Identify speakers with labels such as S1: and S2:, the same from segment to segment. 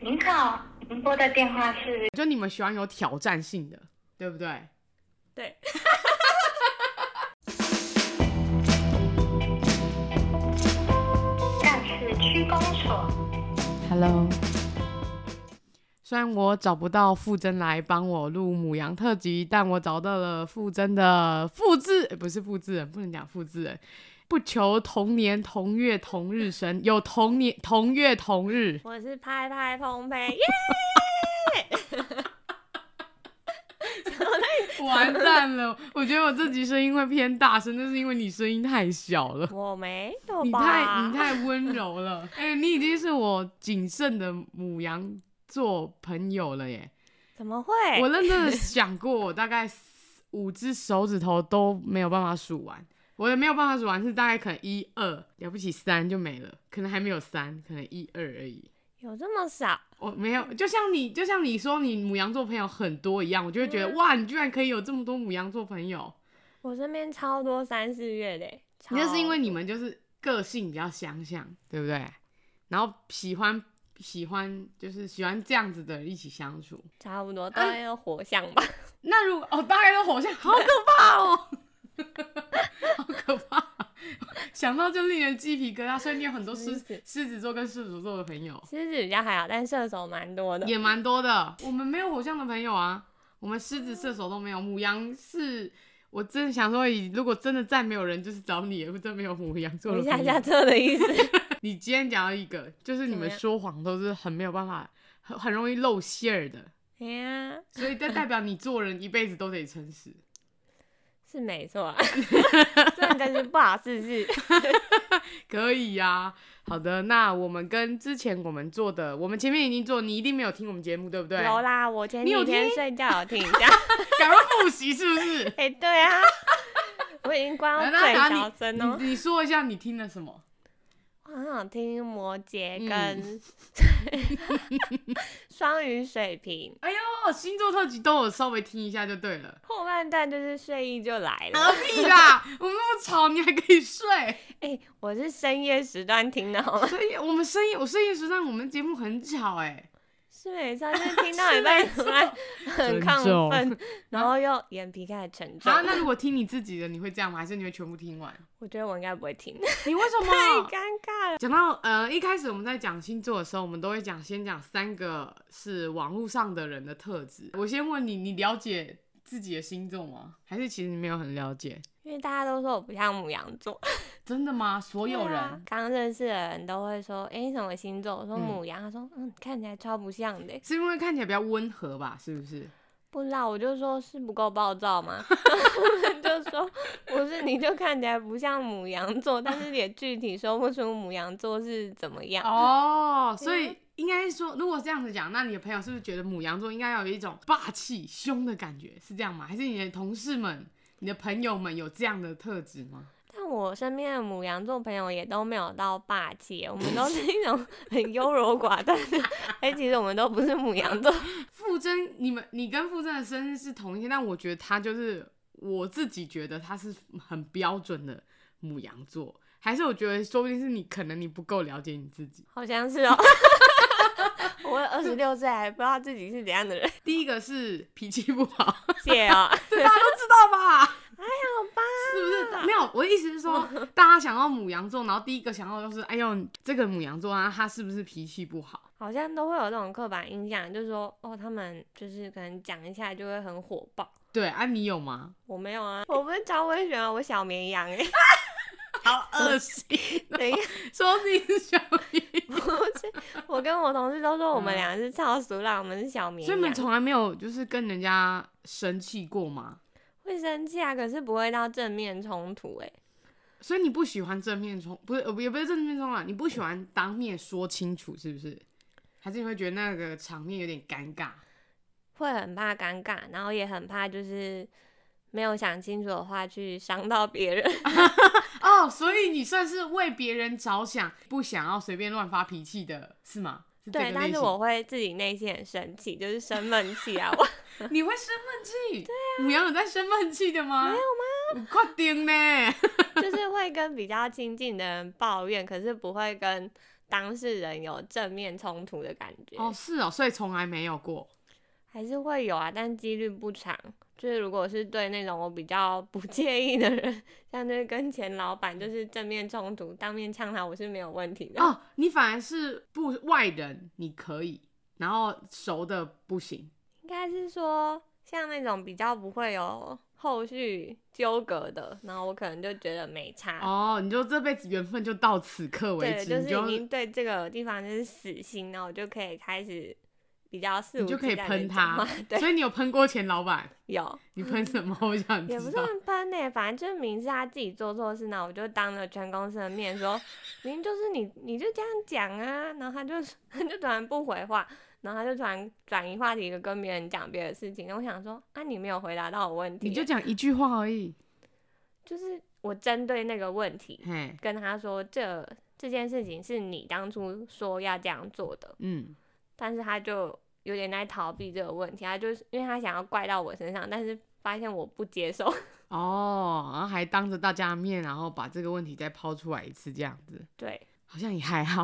S1: 您好，您拨的电话是
S2: 就你们喜欢有挑战性的，对不对？
S3: 对，
S1: 干事区公所。
S2: Hello，虽然我找不到傅真来帮我录母羊特辑，但我找到了傅真的复制，呃不是复制人，不能讲复制人。不求同年同月同日生， 有同年同月同日。
S3: 我是拍拍碰 杯，耶！
S2: 完蛋了， 我觉得我这集声音会偏大声，那是因为你声音太小了。
S3: 我没有
S2: 你太
S3: 吧？
S2: 你太温柔了，哎、你已经是我仅剩的母羊座朋友了耶！
S3: 怎么会？
S2: 我认真的想过，我大概四五只手指头都没有办法数完，我也没有办法数完，是大概可能一二，了不起三就没了，可能还没有三，可能一二而已。
S3: 有这么少？
S2: 我没有，就像你，就像你说你母羊座朋友很多一样，我就会觉得、哇，你居然可以有这么多母羊座朋友，
S3: 我身边超多三四月的欸，超
S2: 那是因为你们就是个性比较相像，对不对？然后喜欢喜欢就是喜欢这样子的人一起相处。
S3: 差不
S2: 哎
S3: 多，大概要火象吧。
S2: 那如果哦，大概都火象，好可怕哦， 好可怕，想到就令人鸡皮疙瘩。所以你有很多狮
S3: 狮子
S2: 狮子座跟射手座的朋友，
S3: 狮子比较还好，但射手蛮多的。
S2: 也蛮多的。我们没有火象的朋友啊，我们狮子、射手都没有。母羊是。我真的想说，如果真的再没有人，就是找你，我真没有母羊座
S3: 我
S2: 的
S3: 一
S2: 朋友。
S3: 下下这的意思，
S2: 你今天讲到一个，就是你
S3: 怎么
S2: 们
S3: 样
S2: 说谎都是很没有办法，很很容易露馅儿的，
S3: 哎呀，
S2: 所以这代表你做人一辈子都得诚实。
S3: 是没错 啊，真的是不好试试。
S2: 可以呀、好的，那我们跟之前我们做的，我们前面已经做，你一定没有听我们节目，对不对？
S3: 有啦，我前
S2: 你有
S3: 几天
S2: 听
S3: 睡觉有听一下。
S2: 赶快复习是不是？
S3: 哎、对啊，我已经关
S2: 来，
S3: 到
S2: 那
S3: 最
S2: 达
S3: 小
S2: 你
S3: 声哦、
S2: 你你说一下你听了什么？
S3: 我很想听摩羯
S2: 嗯
S3: 跟双鱼水瓶，
S2: 哎呦，星座特辑都有稍微听一下就对了。
S3: 后半段就是睡意就来了。
S2: 何必啦？ 我们那么吵，你还可以睡？
S3: 哎、我是深夜时段听的好吗？
S2: 所以我们深夜，我深夜时段，我们节目很吵哎、
S3: 是每次就是 听到一半突然
S2: 尊
S3: 很亢
S2: 重
S3: 奋， 然后又眼皮开始沉重
S2: 好、。那如果听你自己的，你会这样吗？还是你会全部听完？
S3: 我觉得我应该不会听，
S2: 你为什
S3: 太
S2: 么？
S3: 尴尬了。
S2: 讲到呃，一开始我们在讲星座的时候，我们都会讲先讲三个是网络上的人的特质。我先问你，你了解自己的星座吗？还是其实你没有很了解？
S3: 因为大家都说我不像母羊座，
S2: 真的吗？所有
S3: 对
S2: 人、
S3: 啊刚认识的人都会说：“哎、你什么星座？”我说
S2: 嗯
S3: 母羊，他说：“嗯，看起来超不像的。”
S2: 是因为看起来比较温和吧？是不是？
S3: 不知道，我就说是不够暴 躁吗？他们就说不是，你就看起来不像母羊座，但是也具体说不出母羊座是怎么样。
S2: 哦，所以应该说，如果这样子讲，那你的朋友是不是觉得母羊座应该要有一种霸气、凶的感觉？是这样吗？还是你的同事们、你的朋友们有这样的特质吗？
S3: 但我身边的母羊座朋友也都没有到霸气，我们都是一种很优柔寡断的。哎、其实我们都不是母羊座，
S2: 傅真，你们你跟傅真的生日是同一天，但我觉得他就是我自己觉得他是很标准的母羊座，还是我觉得说不定是你可能你不够了解你自己。
S3: 好像是哦。 我二十六岁还不知道自己是怎样的人，
S2: 第一个是脾气不 好，
S3: 谢哦。
S2: 这大家都知道吧？还好吧？是哦不是？没有，我的意思是说，大家想要母羊座，然后第一个想到就是，哎呦，这个母羊座啊，他是不是脾气不好？
S3: 好像都会有这种刻板印象，就是说哦，他们就是可能讲一下就会很火爆。
S2: 对啊，你有吗？
S3: 我没有啊，我不是超威权啊，我小绵羊哎、
S2: 好 恶心！
S3: 等一下，
S2: 说自己是小绵羊
S3: 不是，我跟我同事都说我们俩是超熟啦，我们是小
S2: 嗯
S3: 绵
S2: 所以你们
S3: 羊。
S2: 从来没有就是跟人家生气过吗？
S3: 会生气啊，可是不会到正面冲突哎、
S2: 所以你不喜欢正面冲，不是呃也不是正面冲啊，你不喜欢当面说清楚，是不是？还是你会觉得那个场面有点尴尬？
S3: 会很怕尴尬，然后也很怕就是没有想清楚的话去伤到别人。
S2: 哦，所以你算是为别人着想，不想要随便乱发脾气的，是吗？是 这
S3: 对，
S2: 个
S3: 但
S2: 类
S3: 是
S2: 型
S3: 我会自己内心很生气，就是生闷气啊，我
S2: 你会生闷气？对啊，母羊有在生闷气的吗？没有吗？快点呢！
S3: 就是会跟比较亲近的人抱怨，可是不会跟。当事人有正面冲突的感觉，
S2: 哦，是哦，所以从来没有 过。
S3: 还是会有啊，但几率不长。就是如果是对那种我比较不 介意的人，像就是跟前老板就是正面冲突，当面呛他，我是没有问题的。
S2: 哦，你反而是不外人，你可以，然后熟的不行。
S3: 应该是说像那种比较不会有后续纠葛的，然后我可能就觉得没差。
S2: 哦，你就这辈子缘分就到此刻为
S3: 对，
S2: 止，
S3: 就是已
S2: 你
S3: 经对这个地方就是死心，然后我就可以开始比较肆
S2: 你
S3: 无忌
S2: 就可以
S3: 惮地
S2: 喷
S3: 讲
S2: 他
S3: 话 对，，
S2: 所以你有喷过前老板，
S3: 有
S2: 你喷什么？我想
S3: 也不啊
S2: 知道。
S3: 算喷呢、反正就是明知他自己做错事，那我就当着全公司的面说，明明就是你，你就这样讲啊，然后他就 他就突然不回话，然后他就突然转移话题，就跟别人讲别的事情。然后我想说，啊，你没有回答到我问题，啊
S2: 你就讲一句话而已，
S3: 就是我针对那个问题
S2: 嘿，
S3: 跟他说，这这件事情是你当初说要这样做的，
S2: 嗯，
S3: 但是他就有点在逃避这个问题，他就是因为他想要怪到我身上，但是发现我不接受，
S2: 哦，然后还当着大家的面，然后把这个问题再抛出来一次，这样子
S3: 对，
S2: 好像也还 好。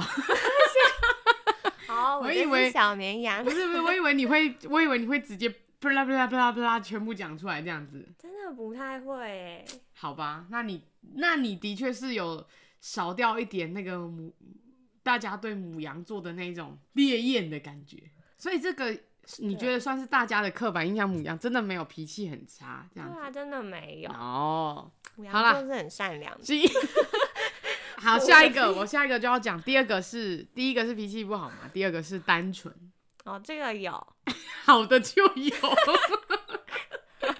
S3: 好，
S2: 我
S3: 就
S2: 以为
S3: 是小 绵羊
S2: 不，是不是，我以为你会，我以为你会直接不啦不啦不啦不啦全部讲出来这样子。
S3: 真的不太会欸，
S2: 好吧，那你那你的确是有少掉一点那个母，大家对母羊座的那种烈焰的感觉，所以这个你觉得算是大家的刻板印象，母羊真的没有脾气很差这
S3: 对
S2: 样
S3: 啊，
S2: 子。
S3: 真的没有，
S2: 哦，
S3: 母
S2: 好
S3: 羊
S2: 啦
S3: 座是很善良的，
S2: 所以好，下一个我下一个就要讲，第二个是第一个是脾气不好嘛，第二个是单纯，
S3: 哦，这个有，
S2: 好的就 有。
S3: 对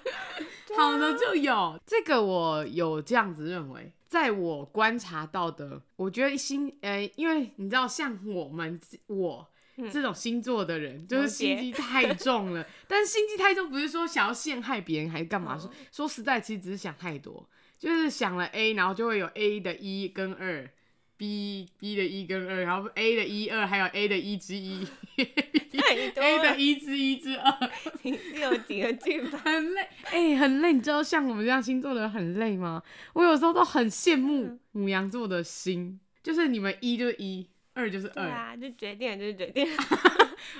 S2: 好
S3: 啊
S2: 的就有。这个我有这样子认为，在我观察到的，我觉得星呃，因为你知道，像我们我。
S3: 嗯
S2: 这种星座的人就是
S3: 摩羯
S2: 心机太重 了，但是心机太重不是说想要陷害别人还是干嘛？说、
S3: 哦
S2: 说实在，其实只是想太多，就是想了 A，然后就会有 A 的一跟二，B B 的一跟二，然后 A 的一二，还有 A 的一之一
S3: 太 多
S2: ，A 的
S3: 了，
S2: 一之一之二，
S3: 你是有几个剧本？
S2: 很累，哎、很累。你知道像我们这样星座的人很累吗？我有时候都很羡慕母羊座的心，就是你们一就是一，二就是
S3: 对
S2: 二。
S3: 啊，就决定了，就是决定了，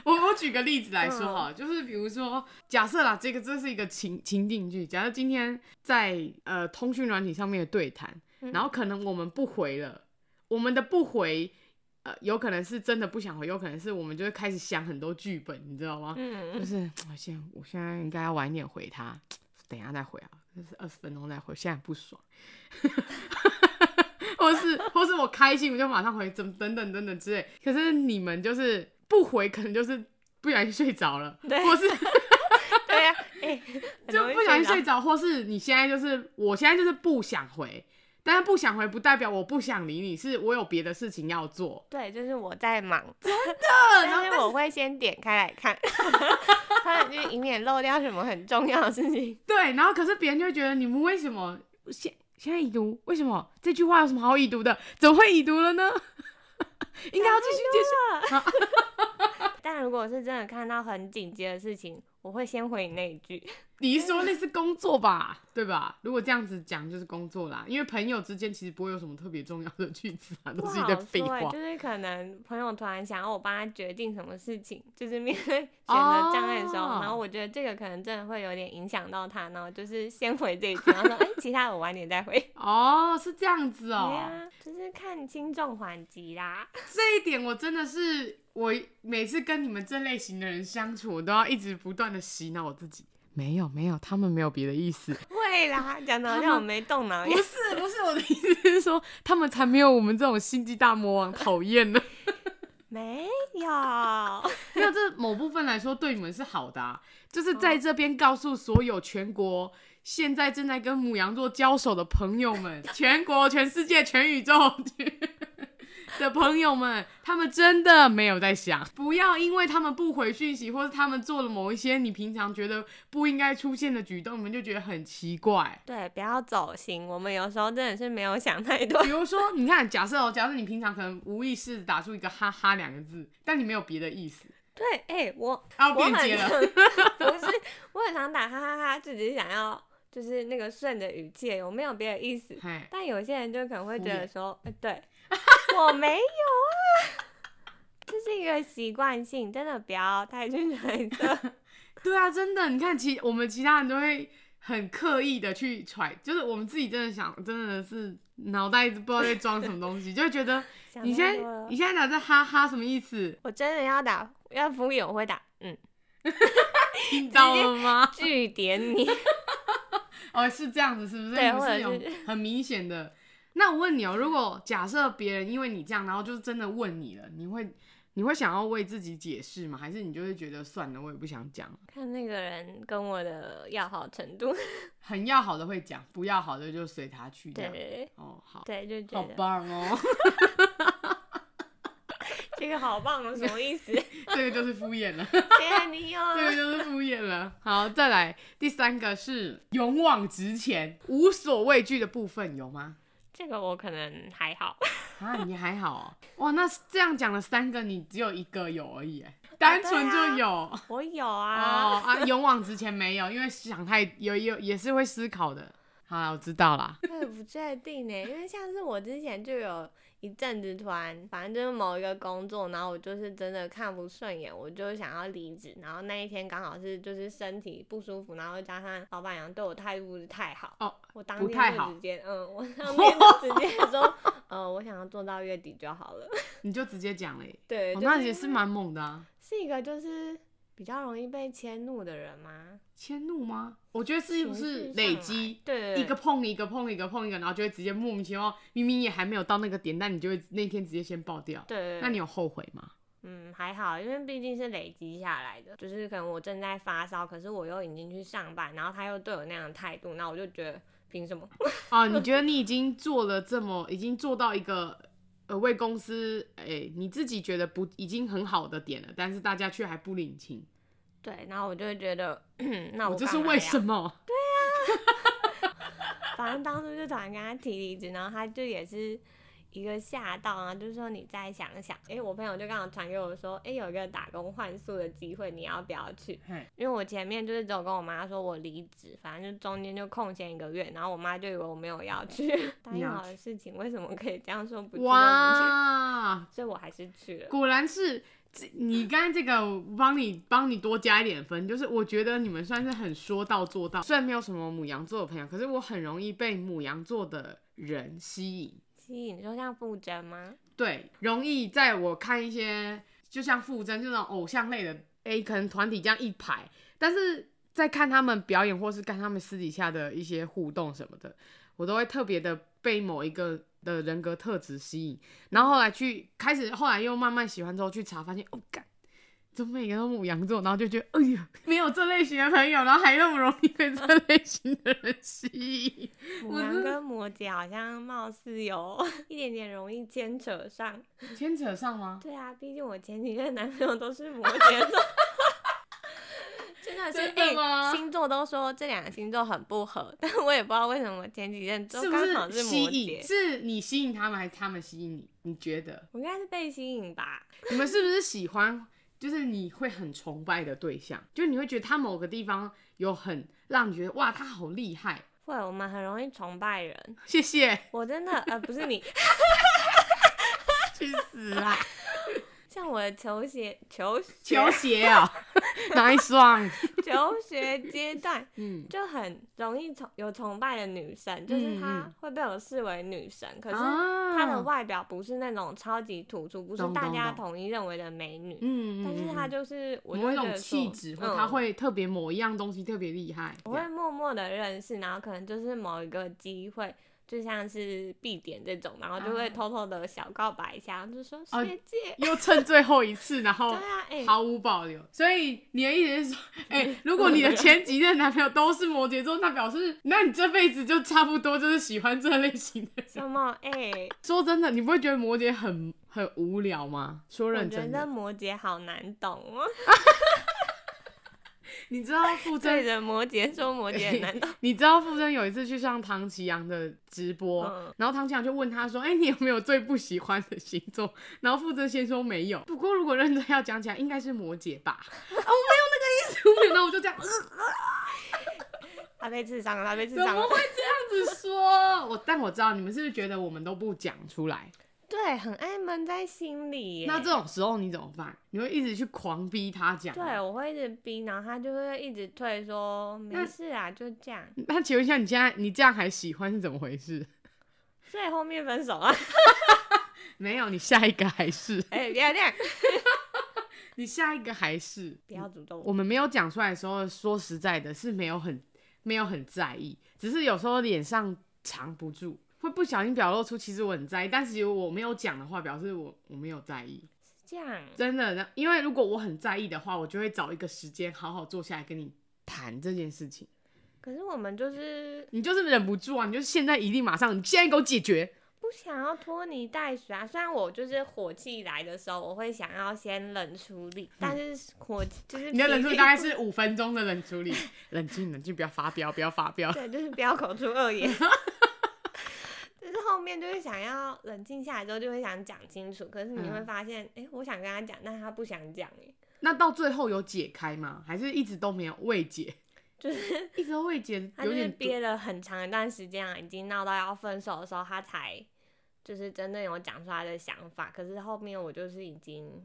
S2: 我我举个例子来说哈，就是比如说，假设啦，这个这是一个情情境剧，假设今天在呃通讯软体上面的对谈，
S3: 嗯
S2: 然后可能我们不回了，我们的不回。呃，有可能是真的不想回，有可能是我们就会开始想很多剧本，你知道吗？就
S3: 嗯，
S2: 是我现在我现在应该要晚一点回他，等一下再回啊，就是二十分钟再回，现在不爽， 或是或是我开心我就马上回，怎么等等等等之类。可是你们就是不回，可能就是不小心睡着了，
S3: 对
S2: 或是
S3: 对呀，哎， 很
S2: 就
S3: 容易
S2: 不小心
S3: 着
S2: 睡着，或是你现在就是我现在就是不想回，但是不想回不代表我不想理你，是我有别的事情要做。
S3: 对，就是我 在忙，
S2: 然后
S3: 但是我会先点开来看， 他就以免漏掉什么很重要的事情。
S2: 对，然后可是别人就会觉得你们为什么现现在已读？为什么这句话有什么好已读的？怎么会已读了呢？ 应该要继续接
S3: 但如果是真的看到很紧急的事情，我会先回你那一句。
S2: 受。你是说那是工作吧？对吧？如果这样子讲就是工作啦，因为朋友之间其实不会有什么特别重要的句子啊，
S3: 不
S2: 都是一
S3: 好
S2: 堆
S3: 说
S2: 废
S3: 欸
S2: 话
S3: 就。是可能朋友突然想要我帮他决定什么事情，就是面对 选择障碍的时候
S2: 哦
S3: 然后我觉得这个可能真的会有点影响到他，然后就是先回这一句，然后说哎、其他的我晚点再回。
S2: 哦，是这样子
S3: 对
S2: 哦。
S3: 啊，就是看轻重缓急啦。
S2: 这一点我真的是，我每次跟你们这类型的人相处，我都要一直不断的洗脑我自己。没有没有，他们没有别的意思，
S3: 会啦，讲的好
S2: 他
S3: 像我
S2: 们
S3: 没动脑一
S2: 不
S3: 样。
S2: 是不是，我的意思是说，他们才没有我们这种心机大魔王讨厌呢。
S3: 没有。
S2: 没有，这某部分来说对你们是好的、啊，就是在这边告诉所有全国现在正在跟母羊座交手的朋友们，全国、全世界、全宇宙的朋友们，他们真的没有在想，不要因为他们不回讯息，或是他们做了某一些你平常觉得不应该出现的举动，你们就觉得很奇怪。
S3: 对，不要走心。我们有时候真的是没有想太多
S2: 比。如说，你看，假设哦，假设你平常可能无意识地打出一个“哈哈”两个字，但你没有别的意思，
S3: 对，哎、我
S2: 然后
S3: 我
S2: 变
S3: 很
S2: 节 了。
S3: 不是，我很常打哈哈哈，就只是想要就是那个顺着语气，我没有别的意思。
S2: 嘿，
S3: 但有些人就可能会觉
S2: 敷
S3: 得
S2: 衍
S3: 说，哎、对， 我没有啊，这是一个习惯性，真的不要太去 揣测。
S2: 对啊，真的，你看其我们其他人都会很刻意的去揣，就是我们自己真的想，真的是脑袋不知道在装什么东西，就会觉得
S3: 想
S2: 你
S3: 太
S2: 现
S3: 多
S2: 在
S3: 了
S2: 你现在打这哈哈什么意 思？
S3: 我真的要打，要敷衍我会打，嗯，
S2: 听到了吗？
S3: 据点你。
S2: 哦，是这样子，是不是？
S3: 对
S2: 你们是
S3: 或
S2: 有
S3: 者
S2: 很明显的。那我问你哦，如果假设别人因为你这样，然后就是真的问你了，你会你会想要为自己解释吗？还是你就会觉得算了，我也不想讲？
S3: 看那个人跟我的要好程 度，
S2: 很要好的会讲，不要好的就随他去这
S3: 对
S2: 样。
S3: 对
S2: 哦，好，
S3: 对，对就
S2: 好
S3: 觉得
S2: 棒 哦，
S3: 这个好棒哦，什么 意思？谢
S2: 这个就是敷衍了。
S3: 谢你哦。
S2: 这个就是敷衍了。好，再来第三个是勇往直前、无所畏惧的部分有吗？
S3: 这个我可能还 好，
S2: 啊，你还好哦。哇，那这样讲了三个，你只有一个有而已，哎单纯就有。
S3: 我有
S2: 哦
S3: 啊。
S2: 啊，勇往直前没有，因为想太有有也是会思考的。好啦，我知道啦。
S3: 我也不确定呢，因为像是我之前就有一阵子突然，反正就是某一个工作，然后我就是真的看不顺眼，我就想要离职。然后那一天刚好是就是身体不舒服，然后加上老板娘对我态度不是太好，
S2: 哦，
S3: 我当
S2: 不太
S3: 天
S2: 好
S3: 就直接嗯，我 当天就直接说，呃，我想要做到月底就好了。
S2: 你就直接讲了耶。
S3: 对，
S2: 哦，
S3: 就
S2: 那
S3: 是
S2: 也是蛮猛的啊。
S3: 是一个就是比较容易被迁怒的人吗？
S2: 迁怒吗？我觉得是不
S3: 情绪
S2: 是
S3: 上
S2: 累
S3: 来
S2: 积
S3: 对
S2: 一个碰一个碰一个碰一个，然后就会直接莫名其妙，明明也还没有到那个点，但你就会那天直接先爆掉。
S3: 对，
S2: 那你有后悔吗？
S3: 嗯还好，因为毕竟是累积下来的，就是可能我正在发烧，可是我又已经去上班，然后他又对我那样的态度，那我就觉得凭什么？
S2: 啊，你觉得你已经做了这么，已经做到一个呃为公司，哎、你自己觉得不已经很好的点了，但是大家却还不领情，
S3: 对，然后我就会觉得， 那
S2: 我
S3: 我
S2: 这
S3: 干
S2: 是
S3: 嘛
S2: 为
S3: 要
S2: 什么？
S3: 反正当初就突然跟他提离职，然后他就也是一个吓到啊，就说你再想想。诶，我朋友就刚好传给我说，诶，有一个打工换宿的机会，你要不要去
S2: 嘿？
S3: 因为我前面就是只有跟我妈说我离职，反正就中间就空闲一个月，然后我妈就以为我没有要去，答应好的事情为什么可以这样说不去就不去？
S2: 哇，
S3: 所以我还是去了。
S2: 果然是。这你刚才这个，我帮你帮你多加一点分，就是我觉得你们算是很说到做到。虽然没有什么母羊座的朋友，可是我很容易被母羊座的人吸引。
S3: 吸引，你说像傅征吗？
S2: 对，容易在我看一些就像傅征这种偶像类的，诶、可能团体这样一排，但是在看他们表演或是看他们私底下的一些互动什么的，我都会特别的被某一个的人格特质吸引，然后后来去开始，后来又慢慢喜欢之后去查，发现哦，干。怎么每个都母羊座，然后就觉得，哎呀，没有这类型的朋友，然后还那么容易被这类型的人吸引。
S3: 母羊跟摩羯好像貌似有 一点点容易牵扯上。
S2: 牵扯上吗？
S3: 对啊，毕竟我前几任男朋友都是摩羯座， 真的是
S2: 真的
S3: 哎
S2: 吗
S3: 星座都说这两个星座很不合，但我也不知道为什么前几任都
S2: 是不
S3: 刚好
S2: 是吸
S3: 摩
S2: 引？
S3: 羯。
S2: 是你吸引他们，还是他们吸引你？你觉得
S3: 我应该是被吸引吧，
S2: 你们是不是喜欢？就是你会很崇拜的对象，就你会觉得他某个地方有很让你觉得哇，他好厉害，
S3: 会我们很容易崇拜人。
S2: 谢谢，
S3: 我真的呃不是你，
S2: 去死啊！
S3: 像我的球鞋球鞋
S2: 球鞋啊、哪一双？
S3: 球鞋阶段
S2: 嗯，
S3: 就很容易崇有崇拜的女生，就是
S2: 嗯
S3: 她
S2: 嗯
S3: 会被我视为女神，可是
S2: 啊
S3: 她的外表不是那种超级突出，不是
S2: 懂
S3: 大
S2: 懂
S3: 家
S2: 懂
S3: 统一认为的美女。
S2: 嗯，嗯
S3: 但是他
S2: 嗯
S3: 就是我就
S2: 某
S3: 会
S2: 一
S3: 觉
S2: 种
S3: 得
S2: 气
S3: 说
S2: 质，或
S3: 嗯
S2: 他会特别某一样东西特别厉害，
S3: 我会默默的认识，然后可能就是某一个机会，就像是必点这种，然后就会
S2: 啊
S3: 偷偷的小告白一下，就说
S2: 哦
S3: 学姐，
S2: 又趁最后一次，然后
S3: 对啊，哎、
S2: 毫无保留。所以你的意思是说，哎、如果 你的前几任男朋友都是摩羯座，那表示那你这辈子就差不多就是喜欢这类型的人。
S3: 什么哎、
S2: 说真的，你不会觉得摩羯很很无聊吗？说
S3: 我
S2: 认
S3: 觉
S2: 真
S3: 得
S2: 的，
S3: 摩羯好难懂 哦，
S2: 你知道傅
S3: 对
S2: 征，
S3: 着摩羯说摩羯很难懂，
S2: 你知道傅征有一次去上唐奇阳的直播，
S3: 嗯
S2: 然后唐奇阳就问他说：“哎、你有没有最不喜欢的星座？”然后傅征先说没有，不过如果认真要讲起来，应该是摩羯吧。啊， 我
S3: 哦
S2: 没有那个意思，我没有，然后我就这样。呃
S3: 他被刺伤了，他被刺
S2: 怎
S3: 伤
S2: 么
S3: 了
S2: 会，这样子说？我但我知道你们是不是觉得我们都不讲出来？
S3: 对，很爱闷在心里耶。
S2: 那这种时候你怎么办？你会一直去狂逼他讲吗。
S3: 对我会一直逼，然后他就会一直退说没
S2: 那
S3: 事啊，就这样。
S2: 那请问一下，你现在你这样还喜欢是怎么回事？
S3: 所以后面分 手啊，
S2: 没有，你下一个还是，
S3: 哎、不要这样，
S2: 你下一个还是，
S3: 不要主动
S2: 我
S3: 我。
S2: 们没有讲出来的时候，说实在的是没有很没有很在意，只是有时候脸上藏不住，会不小心表露出其实我很在意，但是其实我没有讲的话，表示我我没有在意，
S3: 这样，
S2: 真的。那因为如果我很在意的话，我就会找一个时间好好坐下来跟你谈这件事情。
S3: 可是我们就是
S2: 你就是忍不住啊，你就是现在一定马上，你现在给我解决。
S3: 不想要拖泥带水啊。虽然我就是火气来的时候，我会想要先冷处理，但是火就是
S2: 嗯你的冷处
S3: 处
S2: 理大概 是五分钟的冷处理，冷静冷静，不要发飙，不要发飙。
S3: 对，就是不要口出恶言。 就是后面就会想要冷静下来之后，就会想讲清楚。可是你会
S2: 嗯
S3: 发现，哎、我想跟他讲，但他不想讲，哎，
S2: 那到最后有解开吗？还是一直都没有未解？
S3: 就是
S2: 一直都未解，
S3: 他就
S2: 有
S3: 是
S2: 点
S3: 憋了很长一段时间啊，已经闹到要分手的时候，他才就是真正有讲出他的想法。可是后面我就是已经，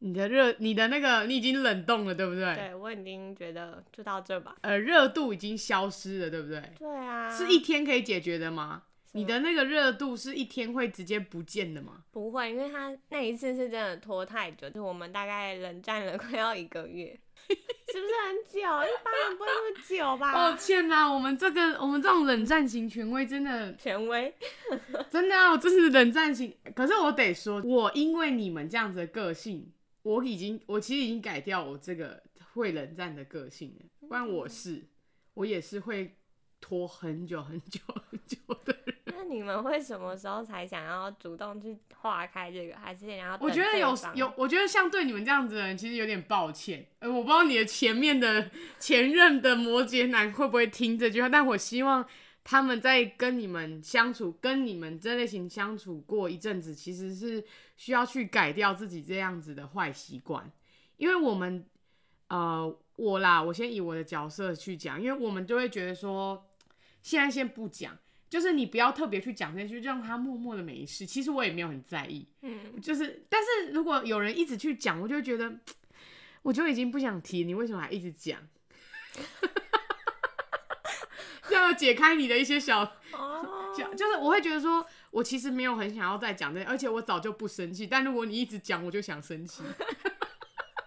S2: 你的热，你的那个，你已经冷冻了，对不对？
S3: 对我已经觉得就到这吧。
S2: 呃，热度已经消失了，对不对？
S3: 对啊，
S2: 是一天可以解决的吗？
S3: 什
S2: 你的那个热度是一天会直接不见的吗？
S3: 不会，因为他那一次是真的拖太久，就我们大概冷战了快要一个 月，是不是很久？一般人不会那么久 吧？
S2: 抱歉啦，我们这个我们这种冷战型权威真的
S3: 权威，
S2: 真的啊，我真是冷战型。可是我得说，我因为你们这样子的个性，我已经我其实已经改掉我这个会冷战的个性了。不然我是我也是会拖很久很久很久的人。
S3: 那你们会什么时候才想要主动去化开这个？还是想要？
S2: 我觉得有有，，我觉得像对你们这样子的人，其实有点抱歉。呃，我不知道你的前面的前任的摩羯男会不会听这句话，但我希望他们在跟你们相处、跟你们这类型相处过一阵子，其实是需要去改掉自己这样子的坏习惯，因为我们呃，我啦，我先以我的角色去讲，因为我们就会觉得说，现在先不讲。就是你不要特别去讲这些，就让他默默的没事。其实我也没有很在意，
S3: 嗯，
S2: 就是，但是如果有人一直去讲，我就会觉得，我就已经不想提，你为什么还一直讲？ 这样解开你的一些小
S3: 哦，
S2: 小，就是我会觉得说，我其实没有很想要再讲这，而且我早就不生气，但如果你一直讲，我就想生气。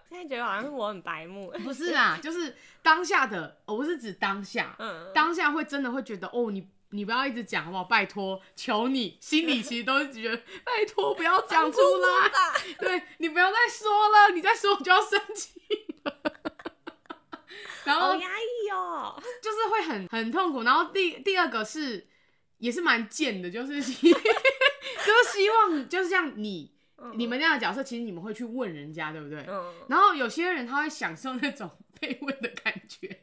S3: 现在觉得好像是我很白目，
S2: 不是啊，就是当下的，我是指当下，
S3: 嗯，
S2: 当下会真的会觉得，哦，你你不要一直讲好不好？拜托，求你，心里其实都是觉得，拜托不要讲出来。
S3: 吧，
S2: 对你不要再说了，你再说我就要生气了。 然
S3: 好
S2: 后
S3: 压抑哦，
S2: 就是会很很痛苦。然后第第二个是也是蛮贱的， 就是希就是希望就是像你
S3: 嗯
S2: 你们，那样的角色，其实你们会去问人家，对不对？
S3: 嗯，
S2: 然后有些人他会享受那种被问的感觉，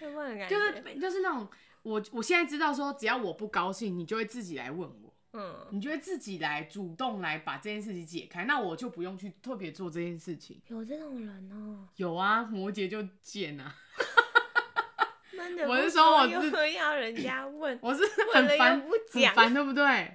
S3: 会问的感觉，
S2: 就是就是那种我我现在知道说，只要我不高兴，你就会自己来问我。
S3: 嗯，
S2: 你就会自己来主动来把这件事情解开，那我就不用去特别做这件事情。
S3: 有这种人哦，
S2: 有啊，摩羯就贱啊！
S3: 闷的，
S2: 我是说我自
S3: 又要人家问，
S2: 我是
S3: 问
S2: 很
S3: 了
S2: 烦，
S3: 又不
S2: 很
S3: 讲啊
S2: 烦，对不 对？对呀、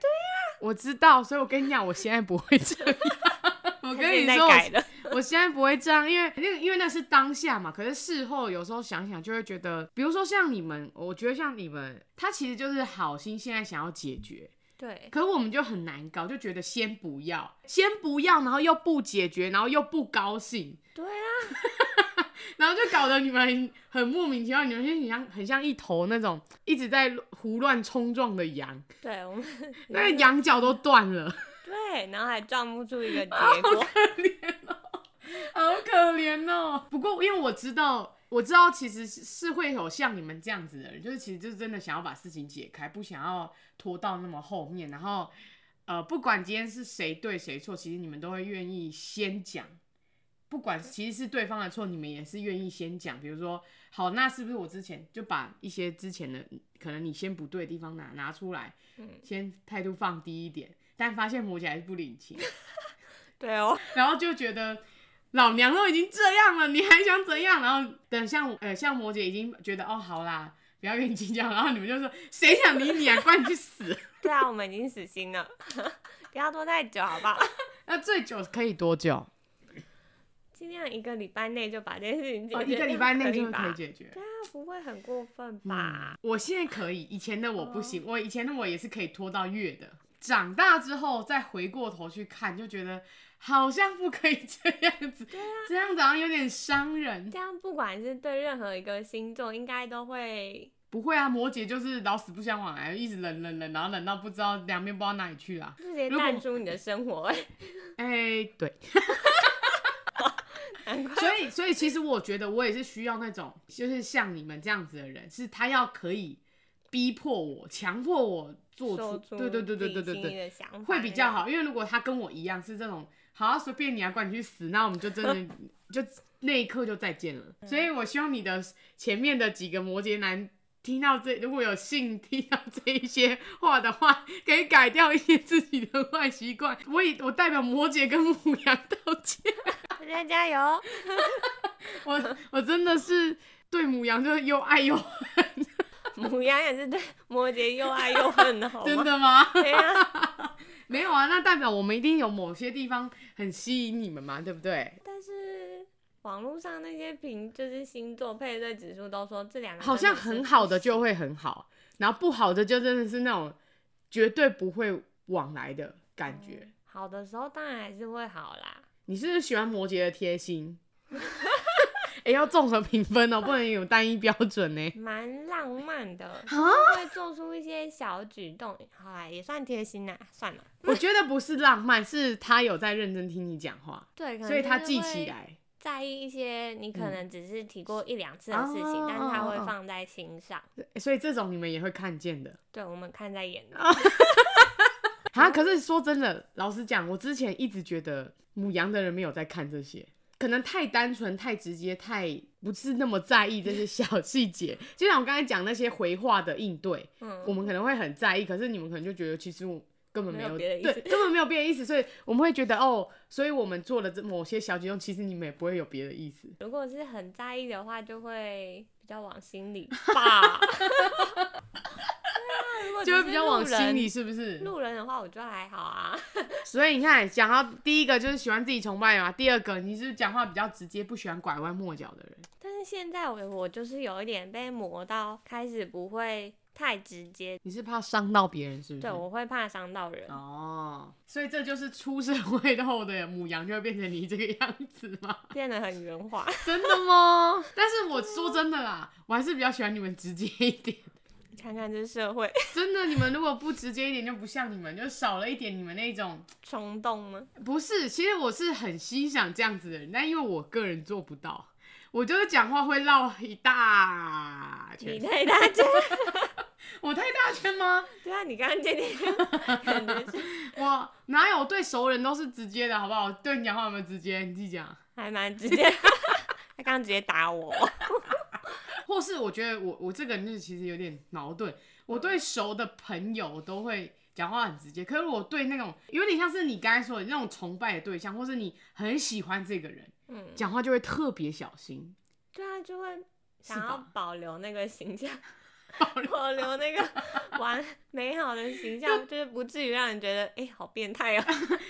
S2: 我知道，所以我跟你讲，我现在不会这样。 我
S3: 他
S2: 跟
S3: 现
S2: 你
S3: 在
S2: 说，
S3: 改了，
S2: 我 现在不会这样，因为那个因为那是当下嘛。可是事后有时候想想，就会觉得，比如说像你们，我觉得像你们，他其实就是好心，现在想要解决，
S3: 对，
S2: 可是我们就很难搞，就觉得先不要，先不要，然后又不解决，然后又不高兴，
S3: 对啊，
S2: 然后就搞得你们很莫名其妙，你们很像很像一头那种一直在胡乱冲撞的羊，
S3: 对我们
S2: 那个羊角都断了，
S3: 对，然后还撞不出一个结
S2: 哦
S3: 果，
S2: 好可怜哦。不过因为我知道，我知道其实是是会有像你们这样子的人，就是其实就是真的想要把事情解开，不想要拖到那么后面，然后呃，不管今天是谁对谁错，其实你们都会愿意先讲。不管其实是对方的错，你们也是愿意先讲。比如说，好，那是不是我之前就把一些之前的可能你先不对的地方拿拿出来，
S3: 嗯，
S2: 先态度放低一点？但发现摩羯还是不领情，
S3: 对哦，
S2: 然后就觉得老娘都已经这样了，你还想怎样？然后等像呃像摩羯已经觉得哦好啦，不要跟你计较，然后你们就说谁想理你啊，关你去死！
S3: 对啊，我们已经死心了， 不要拖太久，好不好？
S2: 那最久可以多久？
S3: 尽量一个礼拜内就把这件事情解
S2: 哦，
S3: 决
S2: 一
S3: 掉，
S2: 个礼拜内
S3: 可以
S2: 就可以
S3: 吧？
S2: 解决
S3: 对。啊，不会很过分吧？
S2: 嗯，我现在可以，以前的我不行，我以前的我也是可以拖到月的。长大之后再回过头去看，就觉得好像不可以这样子，这样子好像有点伤人。
S3: 这样不管是对任何一个星座，应该都会
S2: 不会啊，摩羯就是老死不相往来，一直冷冷冷，然后冷到不知道两边不知道哪里去啦。
S3: 直接
S2: 如果
S3: 淡出你的生活、哎，
S2: 哎、对，
S3: 难怪。
S2: 所以所以其实我觉得我也是需要那种，就是像你们这样子的人，是他要可以逼迫我、强迫我做
S3: 说
S2: 出，对对对对对
S3: 自己
S2: 对
S3: 心里
S2: 对，
S3: 的想法
S2: 会比较好。因为如果他跟我一样是这种，好啊随便你啊，管你去死，那我们就真的就那一刻就再见了。所以我希望你的前面的几个摩羯男。听到这，如果有幸听到这一些话的话，可以改掉一些自己的坏习惯。我以我代表摩羯跟母羊道歉。
S3: 那个，大家加油！
S2: 我我真的是对母羊就是又爱又恨，
S3: 母羊也是对摩羯又爱又 恨的，好吗？
S2: 真的吗？
S3: 对啊，
S2: 没有啊，那代表我们一定有某些地方很吸引你们嘛，对不对？
S3: 但是网络上那些评就是星座配对指数都说这两个
S2: 好像
S3: 真的是
S2: 很好的就会很好，然后不好的就真的是那种绝对不会往来的感觉。
S3: 好的时候，当然还是会好啦。
S2: 你是不是喜欢摩羯的贴心？ 哎、要综合评分哦，不能有单一标准呢。
S3: 蛮浪漫的，
S2: 啊
S3: 会做出一些小举动，好啦，也算贴心啦，算了。
S2: 我觉得不是浪漫，是他有在认真听你讲话，
S3: 对，可能
S2: 所以他
S3: 就是
S2: 记起
S3: 会
S2: 来。
S3: 在意一些你可能只是提过一两次的
S2: 哦
S3: 事情，但是他
S2: 哦哦
S3: 会
S2: 哦
S3: 放在心上，
S2: 所以这种你们也会看见的。
S3: 对我们看在眼里。
S2: 啊，可是说真的，老实讲，我之前一直觉得母羊的人没有在看这些，可能太单纯、太直接、太不是那么在意这些小细节。就像我刚才讲那些回话的应对，
S3: 嗯，
S2: 我们可能会很在意，可是你们可能就觉得其实我根本没
S3: 没有
S2: 有
S3: 别的意
S2: 对
S3: 思，
S2: 根本没有别的意思，所以我们会觉得哦，所以我们做了这某些小举动，其实你们也不会有别的意思。
S3: 如果是很在意的话，就会比较往心里 吧。对啊，如果
S2: 就会
S3: 只
S2: 比
S3: 是
S2: 较往
S3: 路人
S2: 心里，。是不是？
S3: 路人的话，我觉得还好啊。
S2: 所以你看，讲到第一个就是喜欢自己崇拜嘛，第二个你是不是讲话比较直接，不喜欢拐弯抹角的人。
S3: 但是现在我我就是有一点被磨到，开始不会太直接，
S2: 你是怕伤到别人是不是？
S3: 对我会怕伤到人。
S2: 嗯哦，所以这就是出社会后的母羊就会变成你这个样子吗？
S3: 变得很圆滑，
S2: 真的吗？ 但是我说真的啦，我还是比较喜欢你们直接一点。
S3: 看看这社会
S2: 真的，你们如果不直接一点，就不像你们，就少了一点你们那种。
S3: 冲动吗？
S2: 不是，其实我是很欣赏这样子的人，但因为我个人做不到，我就是讲话会绕一大圈。
S3: 你对大家，
S2: 我太大圈吗？
S3: 对啊，你刚刚这点感觉是
S2: 我哪有对熟人都是直接的，好不好？对你讲话有没有直接？你自己讲。
S3: 还蛮 直接，他刚刚直接打我，
S2: 或是我觉得我我这个人就是其实有点矛盾，我对熟的朋友都会讲话很直接，可是我对那种有点像是你刚才说的那种崇拜的对象，或是你很喜欢这个人，
S3: 嗯，
S2: 讲话就会特别小心。
S3: 对啊，就会
S2: 是
S3: 想要
S2: 吧
S3: 保留那个形象。保留那 个完美好的形象，就是不至于让人觉得哎、好变 态哦。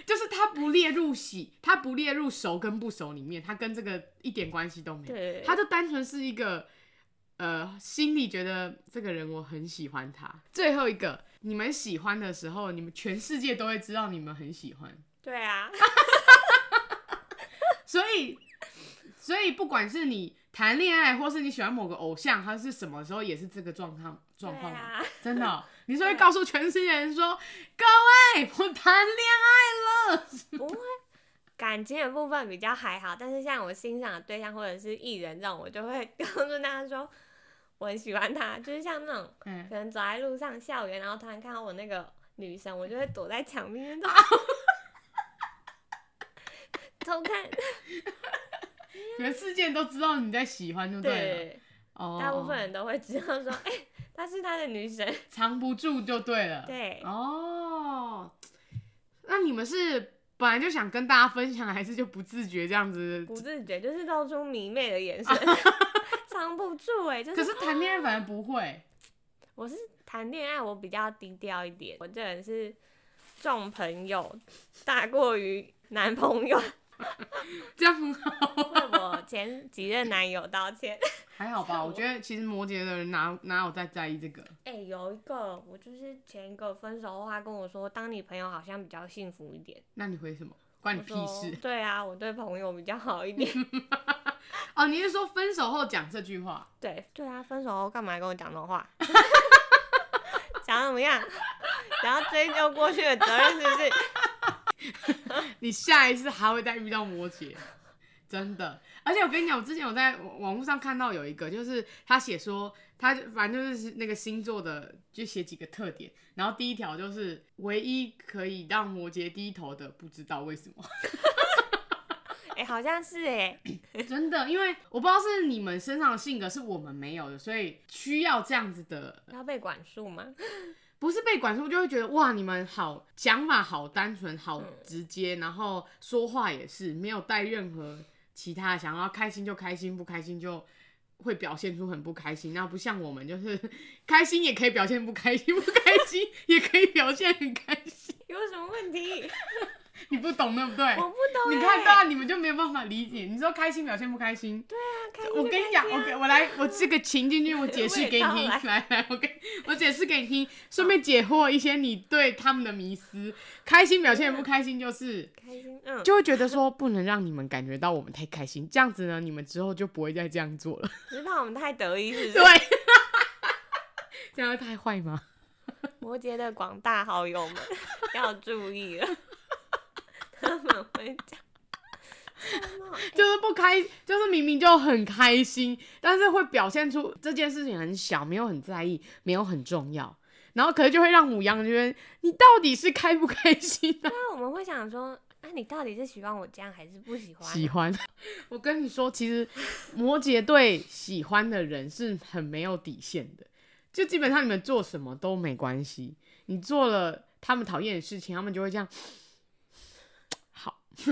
S2: 就是他不列入喜，他不列入熟跟不熟里面，他跟这个一点关系都没有，
S3: 对，
S2: 他就单纯是一个，呃，心里觉得这个人我很喜欢他。最后一个，你们喜欢的时候，你们全世界都会知道你们很喜欢。
S3: 对啊，
S2: 所以，所以不管是你谈恋爱，或是你喜欢某个偶像，他是什么时候也是这个状况状况吗、
S3: 对啊
S2: 真的 哦、你是会
S3: 对
S2: 告诉全世界人说，各位，我谈恋爱了。
S3: 不会。感情的部分比较还好，但是像我欣赏的对象或者是艺人这种，我就会 告诉大家说我很喜欢他，就是像那种
S2: 嗯
S3: 可，能走在路上校园，然后突然看到我那个女神，我就会躲在墙边偷 偷看，
S2: 全世界都知道你在喜欢，就对了。啊
S3: 对，
S2: 哦，
S3: 大部分人都会知道说，哎、她是他的女神，
S2: 藏不住就对了。
S3: 对
S2: 哦，那你们是本来就想跟大家分享，还是就不自觉这样子？
S3: 不自觉就是露出迷 妹的眼神，藏不住哎、就
S2: 可是谈恋爱反而不会。
S3: 我是谈恋爱我比较低调一点，我这人是重朋友大过于男朋友，
S2: 这样很好，
S3: 为我前几任男友道歉。
S2: 还好
S3: 啊
S2: 吧？我觉得其实摩羯的人哪哪有在在意这个？
S3: 哎、有一个我就是前一个分手后，他跟我说，当你朋友好像比较幸福一点。
S2: 那你回什么？关你
S3: 我
S2: 屁
S3: 说
S2: 事
S3: 对啊，我对朋友比较好 一点。
S2: 哦！你是说分手后讲这句话？
S3: 对对啊，分手后干嘛跟我讲这 种话？ 想怎么样？ 然后追究过去的责任是不是？
S2: 你下一次还会再遇到摩羯，真的。而且我跟你讲，我之前有在网网络上看到有一个，就是他写说他就反正就是那个星座的，就写几个特点，然后第一条就是唯一可以让摩羯低头的，不知道为什 么。
S3: 哎、好像是哎、
S2: 真的，因为我不知道是你们身上的性格是我们没有的，所以需要这样子的，
S3: 要被管束吗？
S2: 不是被管束就会觉得哇，你们好讲法好单纯，好直接，然后说话也是没有带任何其他的想要开心就开心，不开心就。会表现出很不开心，那不像我们，就是开心也可以表现不开心，不开心也可以表现很开心。
S3: 有什么问题？
S2: 你不懂对不对？
S3: 我不懂、欸。
S2: 哎你看到你们就没有办法理解。你说开心表现不开心，
S3: 开心就
S2: 我跟你讲，我
S3: 开心
S2: 给
S3: 啊
S2: 我来，我这个情境剧我解释给你
S3: 味
S2: 听，
S3: 道
S2: 来来，我给我解释给你听，顺便解惑一些你对他们的迷思。开心表现不开心，就是
S3: 开心，嗯，
S2: 就会觉得说不能让你们感觉到我们太开心，这样子呢，你们之后就不会再这样做了。
S3: 只是怕我们太得意，是不
S2: 对
S3: 是？，
S2: 这样会太坏吗？
S3: 摩羯的广大好友们要注意了，他们会讲什么。哎
S2: 就是不开，就是明明就很开心，但是会表现出这件事情很小，没有很在意，没有很重要。然后可是就会让母羊觉得你到底是开不开心啊？
S3: 那我们会想说，那、你到底是喜欢我这样，还是不喜欢？啊
S2: 喜欢。 我跟你说，其实摩羯对喜欢的人是很没有底线的，就基本上你们做什么都没关系，你做了他们讨厌的事情，他们就会这样。好，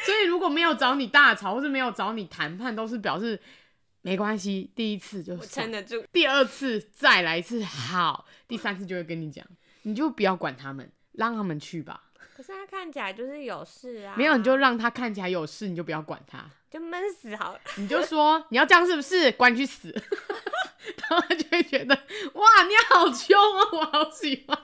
S2: 所以如果没有找你大吵，或是没有找你谈判，都是表示没关系，第一次就
S3: 我
S2: 算
S3: 撑得住。
S2: 第二次再来一次好，第三次就会跟你讲，你就不要管他们，让他们去吧。
S3: 可是他看起来就是有事啊。
S2: 没有，你就让他看起来有事，你就不要管他，
S3: 就闷死好了。
S2: 你就说你要这样是不是？管你去死！ 然后他就会觉得哇，你好凶哦，我好喜欢。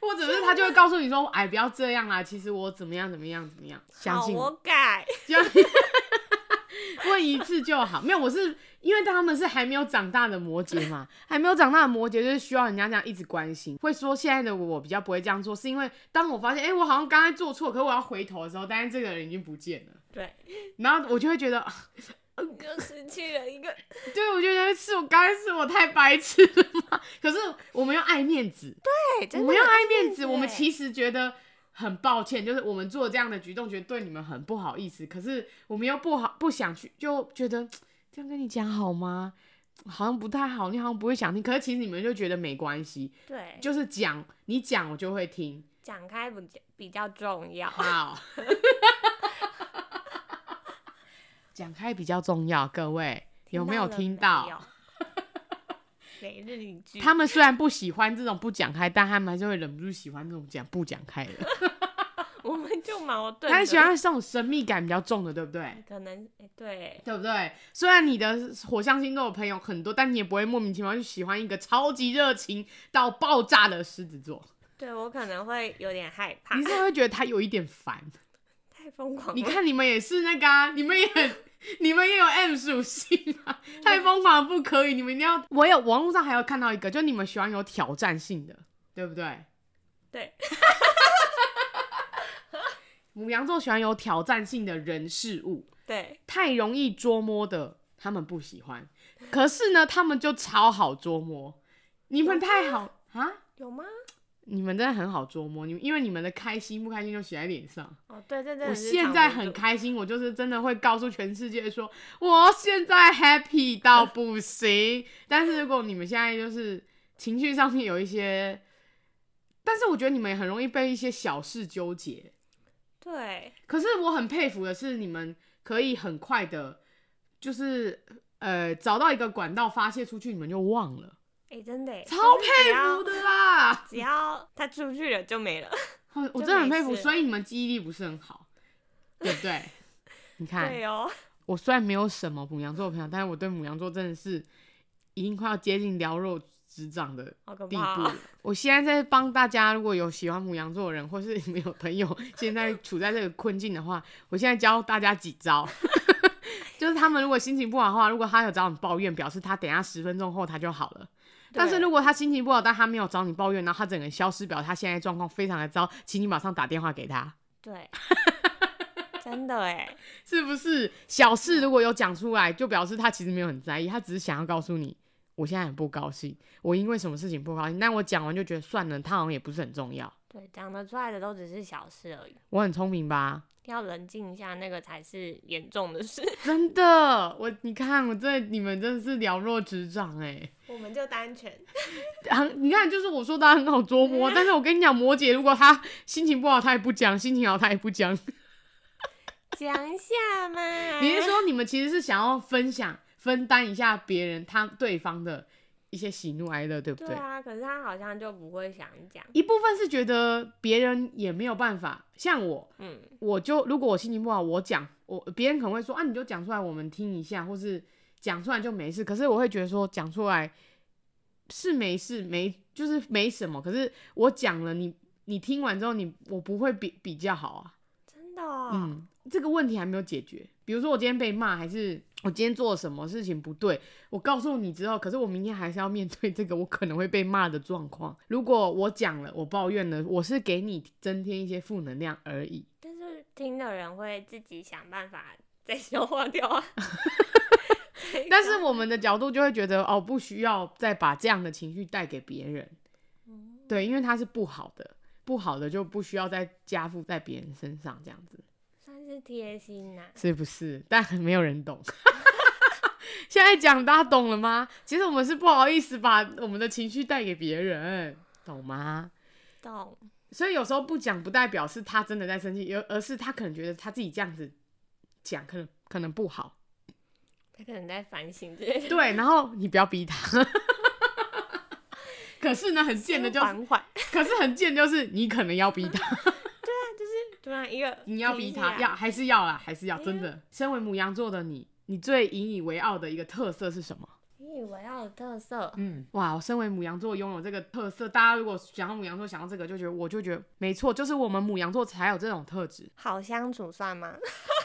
S2: 或者是他就会告诉你说，哎，不要这样啦，其实我怎么样怎么样怎么样，相
S3: 好，哦
S2: 信
S3: 我
S2: 我，
S3: 改。
S2: 就问一次就好。没有，我是因为他们是还没有长大的摩羯嘛，还没有长大的摩羯就是需要人家这样一直关心。会说现在的我比较不会这样做，是因为当我发现，哎、我好像刚才做错，可我要回头的时候，但是这个人已经不见了。
S3: 对，
S2: 然后我就会觉得，啊
S3: 我又失去了一个。哎
S2: 对，我就觉得是我刚才是我太白痴了吗？可是我们要爱面子，
S3: 对，真
S2: 我
S3: 的
S2: 们要爱面子，
S3: 哎
S2: 我们其实觉得很抱歉，就是我们做这样的举动，觉得对你们很不好意思，可是我们又不好不想去，就觉得这样跟你讲好吗？好像不太好，你好像不会想听，可是其实你们就觉得没关系，
S3: 对，就
S2: 就是讲你讲我就会听，
S3: 讲开比较比较重 要。
S2: 好，讲开比较重要，各位有没有听到？
S3: 了没有？每 日一句。
S2: 他们虽然不喜欢这种不讲开，但他们还是会忍不住喜欢这种讲不讲开的。
S3: 我们就矛盾了。
S2: 他喜欢这种神秘感比较重的，对不对？
S3: 可能哎、对，
S2: 对不对？虽然你的火象星座的朋友很多，但你也不会莫名其妙去喜欢一个超级热情到爆炸的狮子座，
S3: 对我可能会有点害怕
S2: 你，是不是会觉得他有一点烦？
S3: 太疯狂了。
S2: 你看你们也是那个、啊，你们也 很你们也有 M 属性啊，太疯狂不可以，你们一定要。我有网络上还有看到一个，就你们喜欢有挑战性的，对不对？
S3: 对，
S2: 母羊座喜欢有挑战性的人事物，
S3: 对，
S2: 太容易捉摸的他们不喜欢。可是呢，他们就超好捉摸，你们太好啊，
S3: 有吗？
S2: 你们真的很好捉摸，你们因为你们的开心不开心就写在脸上。
S3: 哦，对对对，
S2: 我现在很开心，我就是真的会告诉全世界说，我现在 happy 到不行。但是如果你们现在就是情绪上面有一些，但是我觉得你们也很容易被一些小事纠结。
S3: 对，
S2: 可是我很佩服的是，你们可以很快的，就是呃找到一个管道发泄出去，你们就忘了，
S3: 哎、真的耶，
S2: 超
S3: 就是只
S2: 佩服
S3: 要
S2: 的啦！
S3: 只要他出去了就没了。
S2: 我我真
S3: 就
S2: 的很
S3: 没
S2: 佩服，
S3: 事
S2: 所以你们记忆力不是很好，对不 对？你看，
S3: 对哦，
S2: 我虽然没有什么母羊座的朋友，但是我对母羊座真的是已经快要接近了若指掌的
S3: 好可
S2: 地
S3: 怕
S2: 步
S3: 哦、
S2: 了。 我现在在帮大家，如果有喜欢母羊座的人，或是你们有朋友现在处在这个困境的话，我现在教大家几招。 就是他们如果心情不好的话，如果他有找你抱怨，表示他等一下十分钟后他就好了。但是
S3: 对
S2: 如果他心情不好，但他没有找你抱怨，然后他整个人消失，表示他现在状况非常的糟，请你马上打电话给他。
S3: 对，真的哎，
S2: 是不是小事如果有讲出来，就表示他其实没有很在意，他只是想要告诉你，我现在很不高兴，我因为什么事情不高兴。但我讲完就觉得算了，他好像也不是很重要。
S3: 对，讲得出来的都只是小事而已，
S2: 我很聪明吧？
S3: 要冷静一下，那个才是严重的事。
S2: 真的，我你看，我这你们真的是了若指掌哎、
S3: 我们就单纯，
S2: 很，你看，就是我说他很好捉 摸，但是我跟你讲，摩羯如果他心情不好，他也不讲；心情好，他也不 讲。
S3: 讲一下嘛。
S2: 你是说你们其实是想要分享、分担一下别人他对方的一些喜怒哀乐，对不
S3: 对啊？可是他好像就不会想讲，
S2: 一部分是觉得别人也没有办法，像我，
S3: 嗯，
S2: 我就如果我心情不好，我讲，我别人可能会说啊，你就讲出来，我们听一下，或是讲出来就没事。可是我会觉得说，讲出来是没事，没就是没什么。可是我讲了你，你听完之后你，我不会比比较好啊。
S3: 真的、哦，
S2: 嗯，这个问题还没有解决。比如说我今天被骂，还是我今天做了什么事情不对，我告诉你之后，可是我明天还是要面对这个我可能会被骂的状况。如果我讲了，我抱怨了，我是给你增添一些负能量而已。
S3: 但是听的人会自己想办法再消化掉啊。
S2: 但是我们的角度就会觉得，哦，不需要再把这样的情绪带给别人，对，因为它是不好的，不好的就不需要再加附在别人身上，这样子。
S3: 算是贴心呐、
S2: 是不是？但很没有人懂。 现在讲大家懂了吗？其实我们是不好意思把我们的情绪带给别人，懂吗？
S3: 懂。
S2: 所以有时候不讲不代表是他真的在生气，而而是他可能觉得他自己这样子讲可能可能不好，
S3: 他可能在反省这些，
S2: 对。然后你不要逼他。可是呢，很贱的就，
S3: 缓缓。
S2: 可是很贱就是你可能要逼他。
S3: 突然一个 啊
S2: 你要逼他，
S3: 停下
S2: 要还是要啦，还是要
S3: 哎
S2: 真的。身为母羊座的你，你最引以为傲的一个特色是什么？
S3: 你以为要有特色，
S2: 嗯，哇，身为母羊座拥有这个特色，大家如果想要母羊座想要这个，就觉得我就觉得没错，就是我们母羊座才有这种特质，
S3: 好相处 算吗？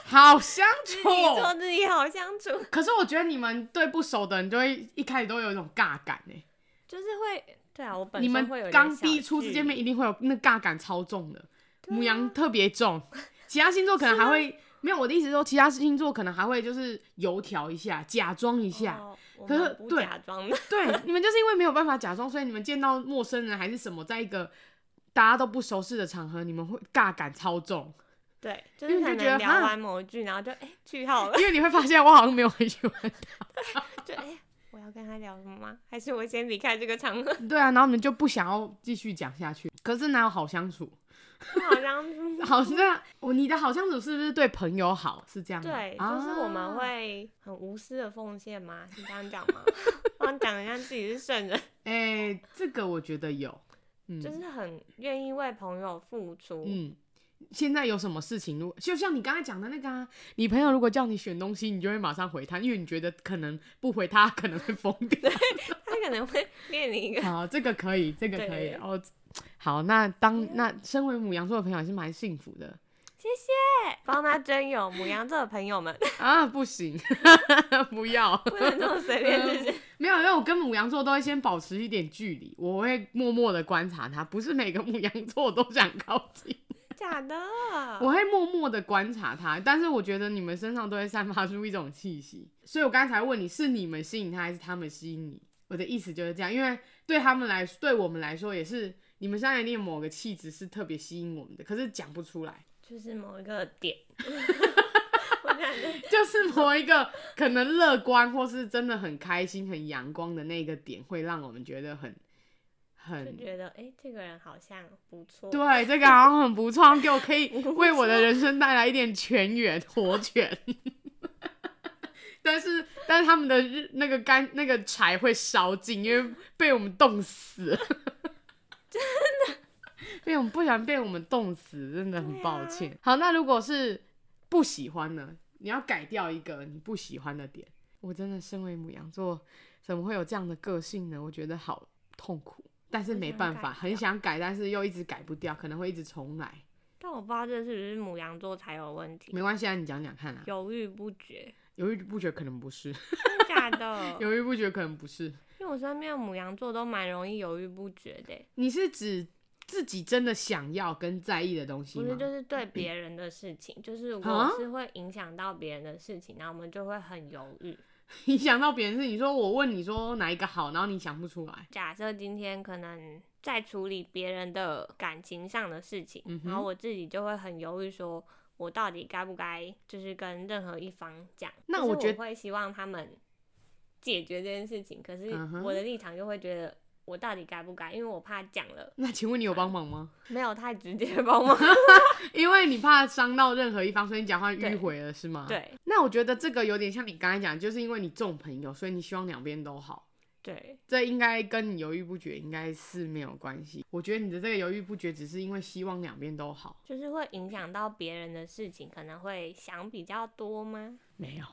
S2: 好相
S3: 自己做
S2: 处。哦
S3: 自己好相处，
S2: 可是我觉得你们对不熟的人，就会一开始都有一种尬感哎、
S3: 就是会对啊，我本
S2: 你
S3: 身
S2: 们
S3: 会有点
S2: 刚
S3: 小
S2: 第一初次
S3: 距
S2: 见面，
S3: 离，
S2: 一定会有那尬感超重的，
S3: 对啊
S2: 母羊特别 重，其他星座可能还会没有。我的意思是说，其他星座可能还会就是油条一下，假装一下，
S3: 哦我
S2: 可是
S3: 们不
S2: 对
S3: 假装的，
S2: 对，你们就是因为没有办法假装，所以你们见到陌生人还是什么，在一个大家都不熟悉的场合，你们会尬感超重，
S3: 对，就
S2: 因为
S3: 是
S2: 你
S3: 可
S2: 就觉得
S3: 能聊
S2: 哈
S3: 完某一句，然后就哎、句号了，
S2: 因为你会发现我好像没有很喜 欢。
S3: 就哎、我要跟他聊什么吗？还是我先离开这个场合？
S2: 对啊，然后你们就不想要继续讲下去。可是哪有好相处？
S3: 不好相处，
S2: 好像我你的好相处是不是对朋友好？是这样吗？
S3: 对，
S2: 啊
S3: 就是我们会很无私的奉献吗？是这样讲 吗？好像讲人家自己是圣人，
S2: 哎、这个我觉得有，嗯，
S3: 就是很愿意为朋友付出，
S2: 嗯。现在有什么事情，如果就像你刚才讲的那个啊，你朋友如果叫你选东西，你就会马上回他，因为你觉得可能不回他可能会疯掉。
S3: 他可能会面临一个
S2: 好，这个可以，这个
S3: 对
S2: 可以
S3: 对对
S2: 哦。好，那当那身为母羊座的朋友还是蛮幸福的
S3: 帮他征友母羊座的朋友们，
S2: 啊，不行， 不要，
S3: 不能这么随
S2: 嗯
S3: 便，是不是？
S2: 没有，因为我跟母羊座都会先保持一点距离，我会默默的观察他，不是每个母羊座我都想靠近，
S3: 假的，
S2: 我会默默的观察他，但是我觉得你们身上都会散发出一种气息，所以我刚才问你是你们吸引他还是他们吸引你，我的意思就是这样，因为对他们来，对我们来说也是，你们身上一定有某个气质是特别吸引我们的，可是讲不出来。
S3: 就是某一个点。我感觉
S2: 就是某一个可能乐观或是真的很开心、很阳光的那个点，会让我们觉得很
S3: 就
S2: 很
S3: 觉得，哎、这个人好像不
S2: 嗯
S3: 错，
S2: 对，啊这个好像很不错，好像给我可以为我的人生带来一点全员活全。 但是但是他们的日那个干那个柴会烧尽，因为被我们冻 死。真的。被我们不想被我们冻死，真的很抱歉。好，那如果是不喜欢呢？你要改掉一个你不喜欢的点。我真的身为母羊座，怎么会有这样的个性呢？我觉得好痛苦，但是
S3: 很
S2: 没
S3: 想
S2: 办
S3: 改
S2: 法，很
S3: 掉
S2: 想改，但是又一直改不掉，可能会一直重来。
S3: 但我不知道这是不是母羊座才有问题，
S2: 没关系啊，你讲讲看啊。
S3: 犹豫 不决，
S2: 犹豫不决可能不是，
S3: 真假的？
S2: 犹豫不决可能不是。
S3: 因为我身边的母羊座都蛮容易犹豫不决的欸，
S2: 你是指自己真的想要跟在意的东西
S3: 不
S2: 吗嗯
S3: 是？就是对别人的事情，就是如果
S2: 啊
S3: 是会影响到别人的事情，然后我们就会很犹豫。
S2: 你想到别人是你说我问你说哪一个好，然后你想不出来，
S3: 假设今天可能在处理别人的感情上的事情，
S2: 嗯哼
S3: 然后我自己就会很犹豫，说我到底该不该就是跟任何一方讲？
S2: 那
S3: 就是
S2: 我
S3: 我
S2: 觉
S3: 会希望他们解决这件事情，可是
S2: 嗯哼
S3: 我的立场就会觉得我到底该不该？因为我怕讲 了
S2: 那请问你有帮忙吗？
S3: 没有太直接帮忙。
S2: 因为你怕伤到任何一方，所以你讲话
S3: 对
S2: 迂回了是吗？。
S3: 对
S2: 那我觉得这个有点像你刚才讲，就是因为你重朋友，所以你希望两边都好。
S3: 对，
S2: 这应该跟你犹豫不决应该是没有关系。我觉得你的这个犹豫不决只是因为希望两边都好，
S3: 就是会影响到别人的事情，可能会想比较 多吗？
S2: 没有，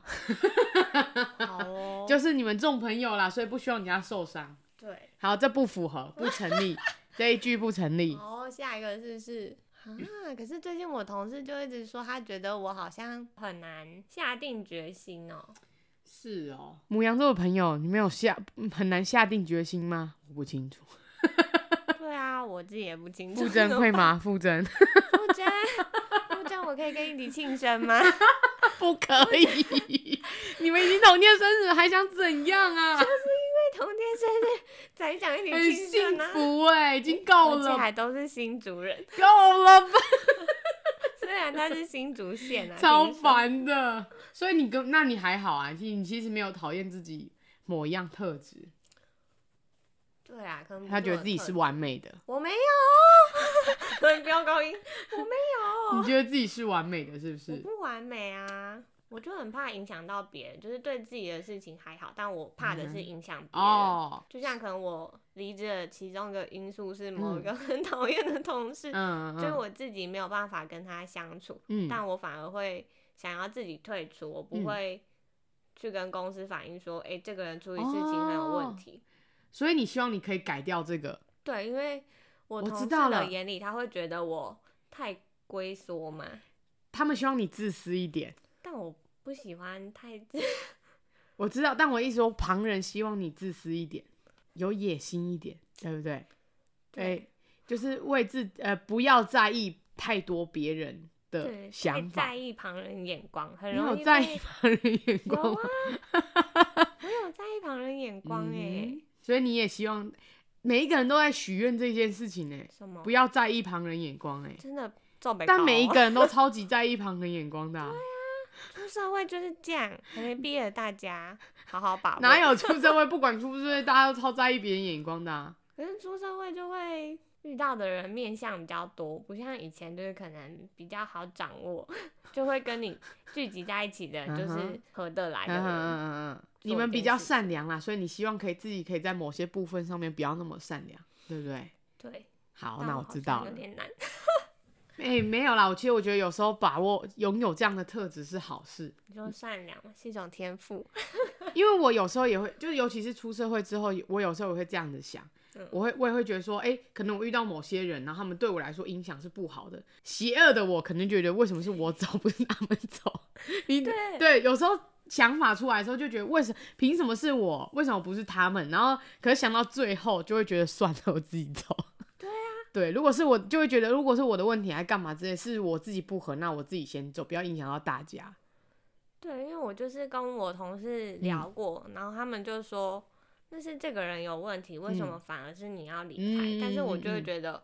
S3: 好哦，
S2: 就是你们重朋友啦，所以不希望人家受伤。
S3: 对。
S2: 好，这不符合，不成立，这一句不成立。
S3: 哦，下一个是是啊，可是最近我同事就一直说，他觉得我好像很难下定决心哦。
S2: 是哦，母羊座的朋友，你没有下很难下定决心吗？我不清楚。
S3: 对啊，我自己也不清楚。
S2: 傅真会？吗？傅真
S3: 傅真，傅真，我可以跟你一起庆生吗？ 哎
S2: 不可以，你们已经同天生日了，还想怎样啊？
S3: 同天生日才想一
S2: 很
S3: 起庆
S2: 幸
S3: 生啊！
S2: 福哎、已经够
S3: 而且
S2: 了，
S3: 还都是新竹人，
S2: 够了吧，
S3: 虽然他是新竹县啊，
S2: 超
S3: 听说。
S2: 烦的。所以你跟那你还好啊，其实你其实没有讨厌自己某一样特质，
S3: 对啊，可能不
S2: 他
S3: 是
S2: 觉
S3: 我
S2: 得
S3: 的
S2: 自己
S3: 特
S2: 是
S3: 质
S2: 完美的，
S3: 我没有， 不要高音，
S2: 你觉得自己是完美的，是不
S3: 哦我
S2: 是？
S3: 不完美啊，我就很怕影响到别人，就是对自己的事情还好，但我怕的是影响别人。
S2: 嗯哦，
S3: 就像可能我离职的其中一个因素是某
S2: 嗯
S3: 一个很 讨厌的同事，
S2: 嗯
S3: 就是
S2: 嗯
S3: 我自己没有办法跟他相处，
S2: 嗯，
S3: 但我反而会想要自己退出，我不
S2: 嗯
S3: 会去跟公司反映说，哎、这个人处理事情很有
S2: 哦
S3: 问题。
S2: 所以你希望你可以改掉这个，
S3: 对，因为我
S2: 我
S3: 同
S2: 知
S3: 事
S2: 道
S3: 的
S2: 了
S3: 眼里，他会觉得我太龟缩嘛，
S2: 他们希望你自私一点。
S3: 但我不喜欢太 自
S2: 我知道，但我一直说旁人希望你自私一点，有野心一点，对不对？
S3: 对
S2: 对，就是为自呃不要在意太多别人
S3: 对，
S2: 的想
S3: 太
S2: 法
S3: 在。意旁人眼光，很
S2: 你
S3: 容
S2: 有
S3: 易
S2: 在 意
S3: 被
S2: 旁人眼
S3: 有
S2: 光
S3: 啊
S2: 吗？，
S3: 我有在意旁人眼光哎、
S2: 嗯所以你也希望每一个人都在许愿这件事情呢、欸
S3: 什么？
S2: 不要在意旁人眼光哎、
S3: 哦真的哦皱眉。
S2: 但每一个人都超级在意旁人眼光的啊、
S3: 出社会就是这样，还没毕业的大家好 好把握。
S2: 哪？有出社会不管出不出社会，大家都超在意别人眼光的、 啊。
S3: 可是出社会就会遇到的人面相比较多，不像以前就是可能比较好掌握，就会跟你聚集在一起的，就
S2: 嗯
S3: 是
S2: 哼
S3: 合得来的
S2: 嗯嗯
S3: 人。
S2: 嗯嗯嗯，
S3: 哎做
S2: 你们
S3: 一
S2: 比
S3: 件
S2: 较
S3: 事
S2: 善良啦，所以你希望可以自己可以在某些部分上面不要那么善良，对不对？
S3: 对，
S2: 好，
S3: 但
S2: 那
S3: 我
S2: 我
S3: 好
S2: 知
S3: 像
S2: 道
S3: 有
S2: 了。
S3: 点 难。
S2: 哎、没有啦，我其实我觉得有时候把握拥有这样的特质是好事，
S3: 你说善良是一种天赋，
S2: 因为我有时候也会，就是尤其是出社会之后，我有时候也会这样子想
S3: 嗯，
S2: 我会我也会觉得说，哎、可能我遇到某些人，然后他们对我来说影响是不好的，邪恶的我可能觉得为什么是我走，不是他们走？ 你
S3: 对
S2: 对，有时候想法出来的时候就觉得为什凭什么是我，为什么不是他们？然后可是想到最后就会觉得算了，我自己走。
S3: 对
S2: 啊， 对，如果是我就会觉得，如果是我的问题还干嘛之类，是我自己不合，那我自己先走，不要影响到大家。
S3: 对，因为我就是跟我同
S2: 嗯
S3: 事聊过，然后他们就说那是这个人有问题，为什
S2: 嗯
S3: 么反而是你要离开？但是我就
S2: 嗯嗯
S3: 会
S2: 嗯
S3: 觉得，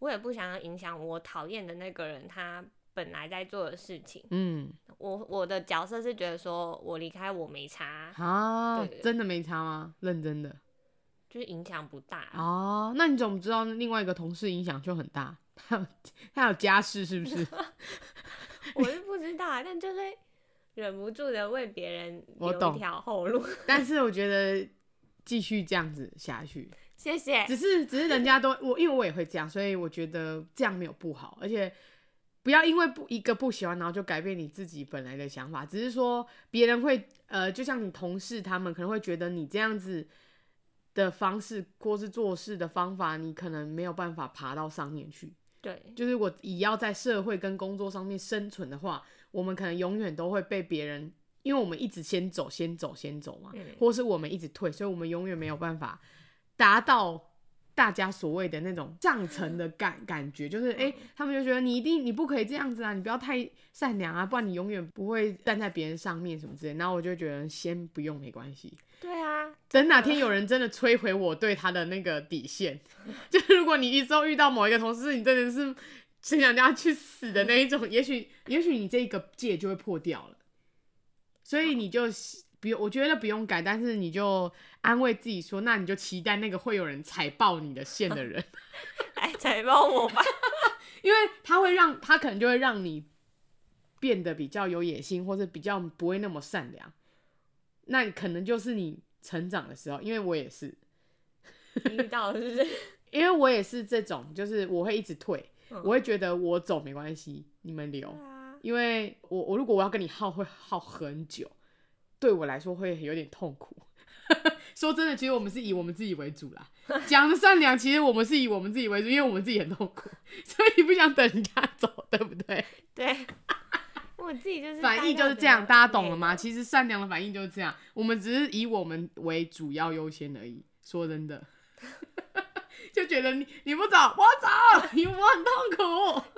S3: 我也不想要影响我讨厌的那个人他本来在做的事情。
S2: 嗯，
S3: 我我的角色是觉得说我离开我没差，
S2: 啊
S3: 对对，对
S2: 真的没差吗？认真的
S3: 就是影响不大。
S2: 哦，那你怎么知道另外一个同事影响就很大？他有他有家室是不是？
S3: 我是不知道啊，但就是忍不住的为别人
S2: 我
S3: 留
S2: 懂
S3: 一条后路。
S2: 但是我觉得继续这样子下去，
S3: 谢谢，
S2: 只是只是人家都我，因为我也会这样，所以我觉得这样没有不好，而且不要因为不一个不喜欢，然后就改变你自己本来的想法。只是说别人会呃，就像你同事他们可能会觉得你这样子的方式或是做事的方法，你可能没有办法爬到上面去。
S3: 对
S2: 就是我以要在社会跟工作上面生存的话，我们可能永远都会被别人，因为我们一直先走、先走、先走嘛，
S3: 嗯
S2: 或是我们一直退，所以我们永远没有办法达到大家所谓的那种上层的感感觉，就是
S3: 嗯
S2: 哎、诶他们就觉得你一定你不可以这样子啊，你不要太善良啊，不然你永远不会站在别人上面什么之类的。然后我就觉得先不用没关系，
S3: 对啊，
S2: 等哪天有人真的摧毁我对他的那个底线，就是如果你一周遇到某一个同事，你真的是真想叫他去死的那一种，也许也许你这个戒就会破掉了，所以你就不用，我觉得不用改，但是你就安慰自己说，那你就期待那个会有人踩爆你的线的人，
S3: 来采访我吧。
S2: 因为他会让他可能就会让你变得比较有野心，或者比较不会那么善良，那可能就是你成长的时候，因为我也是。
S3: 你遇到的是不是？
S2: 因为我也是这种，就是我会一直退，
S3: 嗯
S2: 我会觉得我走没关系，你们留
S3: 对，啊，
S2: 因为我我如果我要跟你耗，会耗很久，对我来说会有点痛苦。 说真的，其实我们是以我们自己为主啦。讲的善良，其实我们是以我们自己为主，因为我们自己很痛苦， 所以不想等人家走，对不对？
S3: 对，我自己就是
S2: 反应
S3: 该
S2: 就
S3: 要
S2: 是
S3: 怎
S2: 这样，
S3: 样
S2: 大家懂了
S3: 累
S2: 吗？？其实善良的反应就是这样，我们只是以我们为主要优先而已。说真的， 就觉得你你不走，我走， 你我很痛苦。
S3: 我待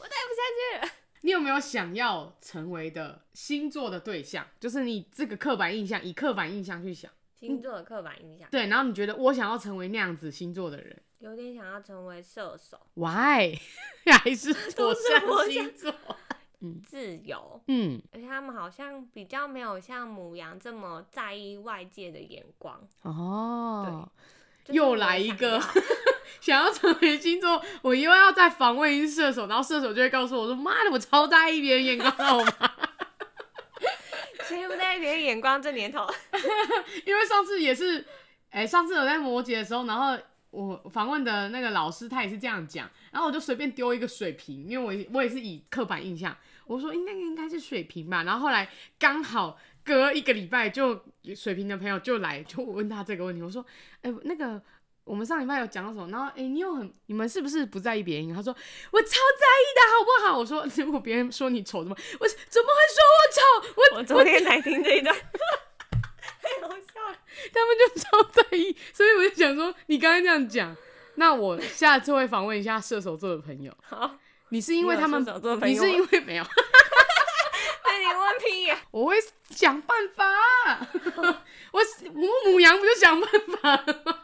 S3: 不下去了。
S2: 你有没有想要成为的星座的对象？就是你这个刻板印象，以刻板印象去想，
S3: 星座的刻板印象，
S2: 对，然后你觉得我想要成为那样子星座的人
S3: 有点想要成为射手，
S2: ，why？还 是
S3: 都
S2: 火
S3: 是
S2: 象
S3: 火
S2: 星 座？
S3: 自由，
S2: 嗯，
S3: 而且他们好像比较没有像母羊这么在意外界的眼光。
S2: 哦，
S3: 就是
S2: 又
S3: 我
S2: 来一
S3: 想
S2: 个
S3: 要
S2: 想要成为星座，我又要再访问一次射手，然后射手就会告诉我说：“妈的，我超在意别人眼光，好吗？
S3: 谁不在意别人眼光？这年 头，
S2: 因为上次也是，哎、上次我在摩羯的时候，然后我访问的那个老师他也是这样讲，然后我就随便丢一个水瓶，因为我也我也是以刻板印象，我说应该应该是水瓶吧，然后后来刚好。”隔一个礼拜就水瓶的朋友就来，就问他这个问题。我说：“哎、那个我们上礼拜有讲到什么？然后哎、你有很你们是不是不在意别人？他说我超在意的，好不好？我说 如果别人说你丑，怎么我怎么会说我丑？我
S3: 我昨天才听这一段， 太好笑了。
S2: 他们就超在意，所以我就想说，你刚刚这样讲，那我下次会访问一下射手座的朋友。
S3: 好，
S2: 你是因为
S3: 你有
S2: 他们
S3: 射手座的，朋
S2: 你
S3: 友
S2: 是因为没 有，
S3: 那你问屁呀、
S2: 我会想办法啊。 我我母羊不就想办法了 吗？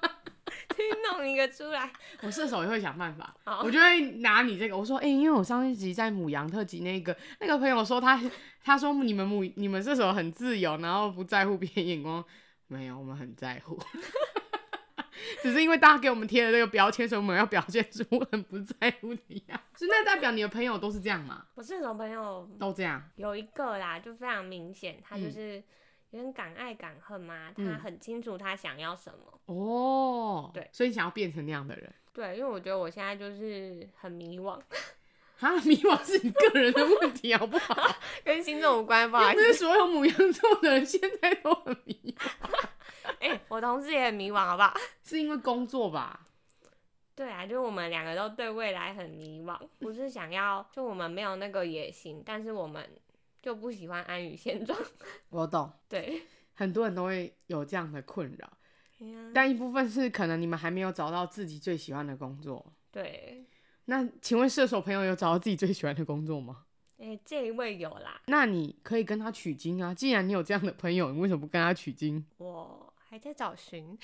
S3: 去弄一个出来。
S2: 我射手也会想办法，
S3: 好
S2: 我就会拿你这个，我说，哎、因为我上一集在母羊特辑那个那个朋友说他，他说你们母你们射手很自由，然后不在乎别人眼光，没有，我们很在乎， 只是因为大家给我们贴了这个标签，所以我们要表现出我很不在乎你呀、所以那代表你的朋友都是这样嘛，
S3: 我射手朋友
S2: 都这样，
S3: 有一个啦，就非常明显，他就
S2: 嗯
S3: 是有点敢爱敢恨嘛，
S2: 嗯
S3: 他很清楚他想要什么。
S2: 哦，
S3: 对，
S2: 所以你想要变成那样的人，
S3: 对，因为我觉得我现在就是很迷惘，
S2: 啊，迷惘是你个人的问题，好不 好？
S3: 跟星座无关，不好
S2: 又
S3: 意
S2: 不
S3: 思。
S2: 是所有母羊座的人现在都很迷惘。
S3: 哎、我同事也很迷惘，好不好？
S2: 是因为工作吧？
S3: 对啊，就是我们两个都对未来很迷惘，不是想要，就我们没有那个野心，但是我们就不喜欢安于现状。
S2: 我懂，
S3: 对，
S2: 很多人都会有这样的困扰，
S3: 但
S2: 但一部分是可能你们还没有找到自己最喜欢的工作。
S3: 对，
S2: 那请问射手朋友有找到自己最喜欢的工作吗？
S3: 哎、这一位有啦，
S2: 那你可以跟他取经啊！既然你有这样的朋友，你为什么不跟他取经？
S3: 我还在找寻。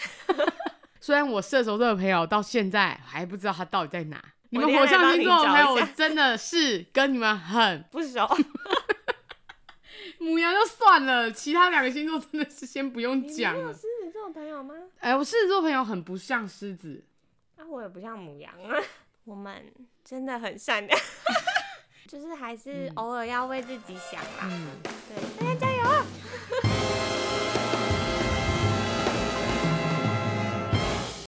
S2: 虽然我射手座的朋友到现在还不知道他到底在哪，你
S3: 我
S2: 们
S3: 等一下
S2: 火象星座的朋友，
S3: 来帮你找一
S2: 我
S3: 下
S2: 真的是跟你们很
S3: 不熟，
S2: 母羊就算了，其他两个星座真的是先不用
S3: 你没
S2: 讲
S3: 有
S2: 了
S3: 狮。子座朋友吗？
S2: 哎、我狮子座朋友很不像狮子，
S3: 啊，我也不像母羊啊，我们 真的很善良，就是还是偶尔要为自己想啦。
S2: 嗯，
S3: 啊